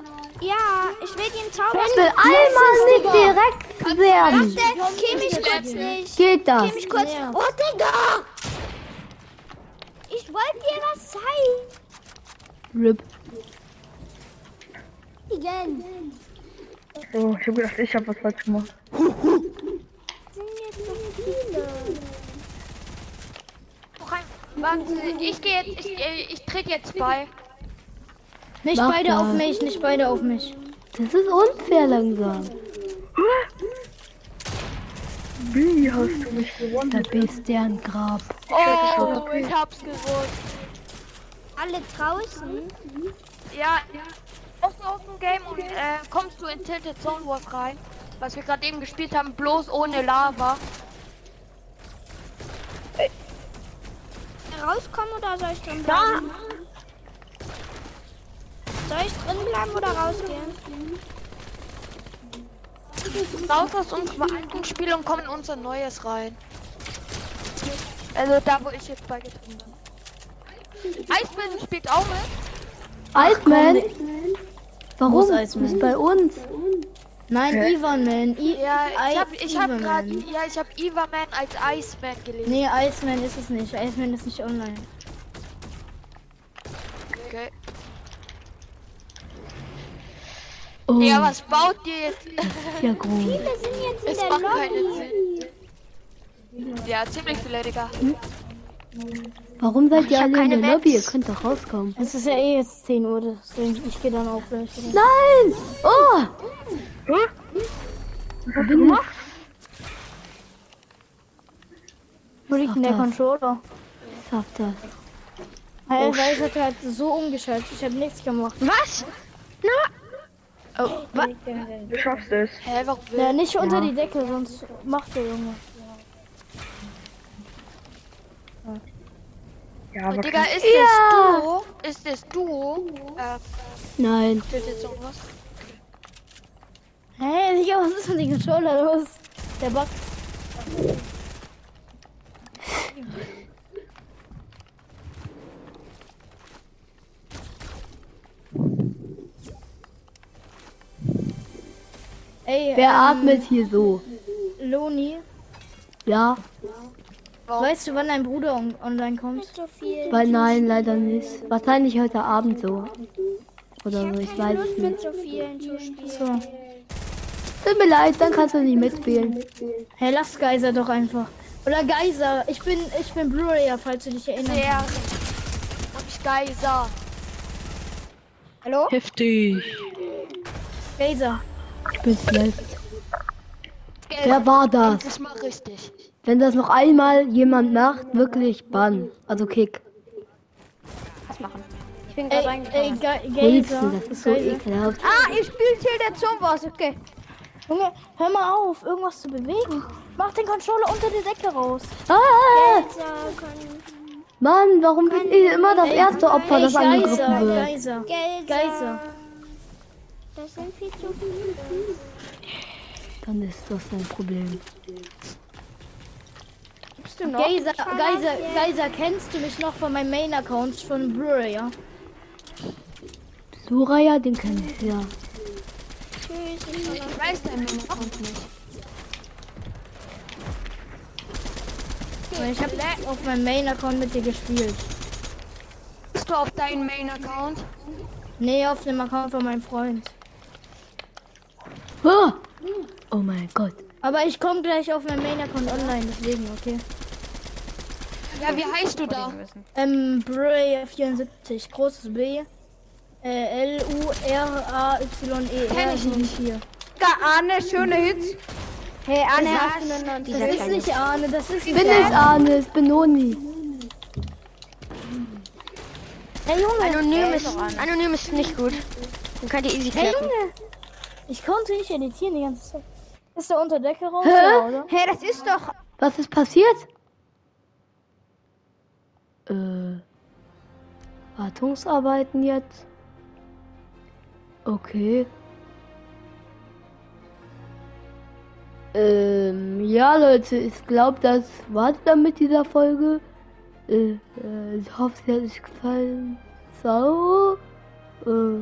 Speaker 7: Ja, ich will den Zauber.
Speaker 1: Ich will einmal nicht
Speaker 7: Also,
Speaker 1: direkt werden.
Speaker 7: Warte, geh mich kurz nicht.
Speaker 1: Geht das?
Speaker 7: Geh mich kurz. Oh, Digga!
Speaker 8: Wollt ihr was zeigen?
Speaker 1: RIP.
Speaker 5: So, ich hab gedacht, ich hab was falsch gemacht.
Speaker 8: Sind jetzt so viele.
Speaker 7: Warte, ich gehe jetzt, ich, äh, ich trete jetzt bei.
Speaker 6: Nicht
Speaker 1: Mach
Speaker 6: beide auf
Speaker 1: mal.
Speaker 6: mich, nicht beide auf mich.
Speaker 1: Das ist unfair langsam.
Speaker 5: Wie hast du mich gewonnen?
Speaker 1: Der Bestiengrab.
Speaker 7: Oh, ich hab's gewusst.
Speaker 8: Alle draußen?
Speaker 7: Ja, brauchst du auf dem Game und äh, kommst du in Tilted Zone Wars rein, was wir gerade eben gespielt haben, bloß ohne Lava.
Speaker 8: Äh, Rauskommen oder soll ich drin bleiben? Soll ich drin bleiben oder rausgehen?
Speaker 7: Raus aus unserem alten Spiel und komm in unser neues rein. Also da, wo ich jetzt beigetreten bin. Eisbären spielt auch mit.
Speaker 1: Altman!
Speaker 6: Wo
Speaker 1: Warum?
Speaker 6: ist Altman?
Speaker 1: Nicht bei uns.
Speaker 6: Nein, Ivan Man. I
Speaker 7: Ja, ich
Speaker 6: Ei-
Speaker 7: hab, ich hab
Speaker 6: Ivan
Speaker 7: gerade,
Speaker 6: Man.
Speaker 7: ja, ich hab Iverman als Iceman gelesen.
Speaker 6: Nee, Iceman ist es nicht. Iceman ist nicht online.
Speaker 7: Okay.
Speaker 1: Oh,
Speaker 7: Ja, was baut ihr jetzt?
Speaker 1: ja gut.
Speaker 8: Wir sind jetzt in
Speaker 7: Es
Speaker 8: der
Speaker 7: macht
Speaker 8: Lobby.
Speaker 7: keinen Sinn. Ja, ziemlich viele, Digga.
Speaker 1: Warum seid ihr alle in
Speaker 2: keine
Speaker 1: der Lobby? Ihr
Speaker 2: Maps.
Speaker 1: könnt doch rauskommen.
Speaker 6: Es ist ja eh jetzt 10 Uhr, deswegen ich gehe dann auch gleich. rein.
Speaker 1: Nein! Oh!
Speaker 6: Wo liegt denn der
Speaker 1: Ach, da.
Speaker 6: Controller?
Speaker 1: Ich schaff das.
Speaker 6: Hey, Weiß hat halt so umgeschaltet. Ich habe nichts gemacht.
Speaker 2: Was?
Speaker 5: Du schaffst es.
Speaker 7: Hä, warum will
Speaker 6: Ja, nicht unter die Decke, sonst macht der Junge.
Speaker 5: Ja, aber
Speaker 7: Digga, ist das Duo? Ist das Duo? Äh,
Speaker 1: Nein.
Speaker 7: steht jetzt irgendwas?
Speaker 6: Hä, hey, Digga, was ist mit dem Controller los? Der Bug. Ey,
Speaker 1: Wer
Speaker 6: ähm,
Speaker 1: atmet hier so?
Speaker 6: Loni,
Speaker 1: Ja?
Speaker 6: weißt du, wann dein Bruder on online kommt?
Speaker 8: So viel.
Speaker 1: Weil nein, leider nicht. Wahrscheinlich heute Abend so. Oder so, ich weiß es nicht.
Speaker 8: Mit so vielen zu spielen.
Speaker 6: So.
Speaker 1: Tut mir leid, dann kannst du nicht mitspielen.
Speaker 6: Hey, lass Geiser doch einfach. Oder Geiser, ich bin, ich bin Blu-rayer, falls du dich erinnerst.
Speaker 7: Der. Hab ich Geiser.
Speaker 6: Hallo?
Speaker 9: Heftig.
Speaker 6: Geiser.
Speaker 1: Ich bin schlecht.
Speaker 7: Gell,
Speaker 1: Wer war das?
Speaker 7: das mal richtig.
Speaker 1: Wenn das noch einmal jemand macht, wirklich Bann. Also Kick.
Speaker 3: Ich bin
Speaker 6: Ey,
Speaker 3: gerade reingekommen.
Speaker 6: ey, Ge Geiser.
Speaker 1: Wilson, das ist so
Speaker 6: Geiser.
Speaker 1: ekelhaft.
Speaker 3: Ah, ihr spielt hier der Zone Wars, okay.
Speaker 6: Junge, hör mal auf, irgendwas zu bewegen. Mach den Controller unter die Decke raus.
Speaker 1: Ah!
Speaker 8: Geiser können.
Speaker 1: Mann, warum bin ich immer das erste Opfer,
Speaker 6: Ey,
Speaker 1: das
Speaker 6: Geiser,
Speaker 1: angegriffen wird?
Speaker 6: Geiser.
Speaker 8: Geiser.
Speaker 6: Geiser.
Speaker 8: Das sind viel zu viele.
Speaker 1: Dann ist das ein Problem.
Speaker 3: Bist du noch?
Speaker 6: Geiser, Geiser, Geiser, kennst du mich noch von meinem Main-Account von Blu-rayer?
Speaker 1: Suraya, den kenne ich ja.
Speaker 7: Ich weiß dein Name kommt nicht.
Speaker 6: Ich habe auf meinem Main-Account mit dir gespielt.
Speaker 7: Bist du auf deinen Main-Account?
Speaker 6: Nee, auf dem Account von meinem Freund.
Speaker 1: Ah! Oh mein Gott.
Speaker 6: Aber ich komme gleich auf meinem Main-Account online, deswegen, okay.
Speaker 7: Ja, wie heißt du da?
Speaker 6: Ähm, Blu-rayer 74, großes B. Äh, L-U-R-A-Y-E.
Speaker 7: Kenn ich nicht.
Speaker 3: Digga, Arne, schöne Hits. Hey, Arne, hast du einen
Speaker 6: Das ist nicht Arne, das ist
Speaker 1: Ich bin nicht Arne, ich bin Noni.
Speaker 6: Hey Junge,
Speaker 2: Anonym ist, anonym ist nicht gut. Dann könnt ihr easy
Speaker 6: hey
Speaker 2: klappen.
Speaker 6: Junge. Ich konnte nicht editieren die ganze Zeit. Ist der unter Decke raus,
Speaker 1: Hä?
Speaker 6: ja, oder?
Speaker 3: Hey, das ist doch.
Speaker 1: Was ist passiert? Äh. Wartungsarbeiten jetzt? Okay. Ähm, ja, Leute, ich glaube, das war's dann mit dieser Folge. Äh, äh, ich hoffe, es hat euch gefallen. Ciao. Äh.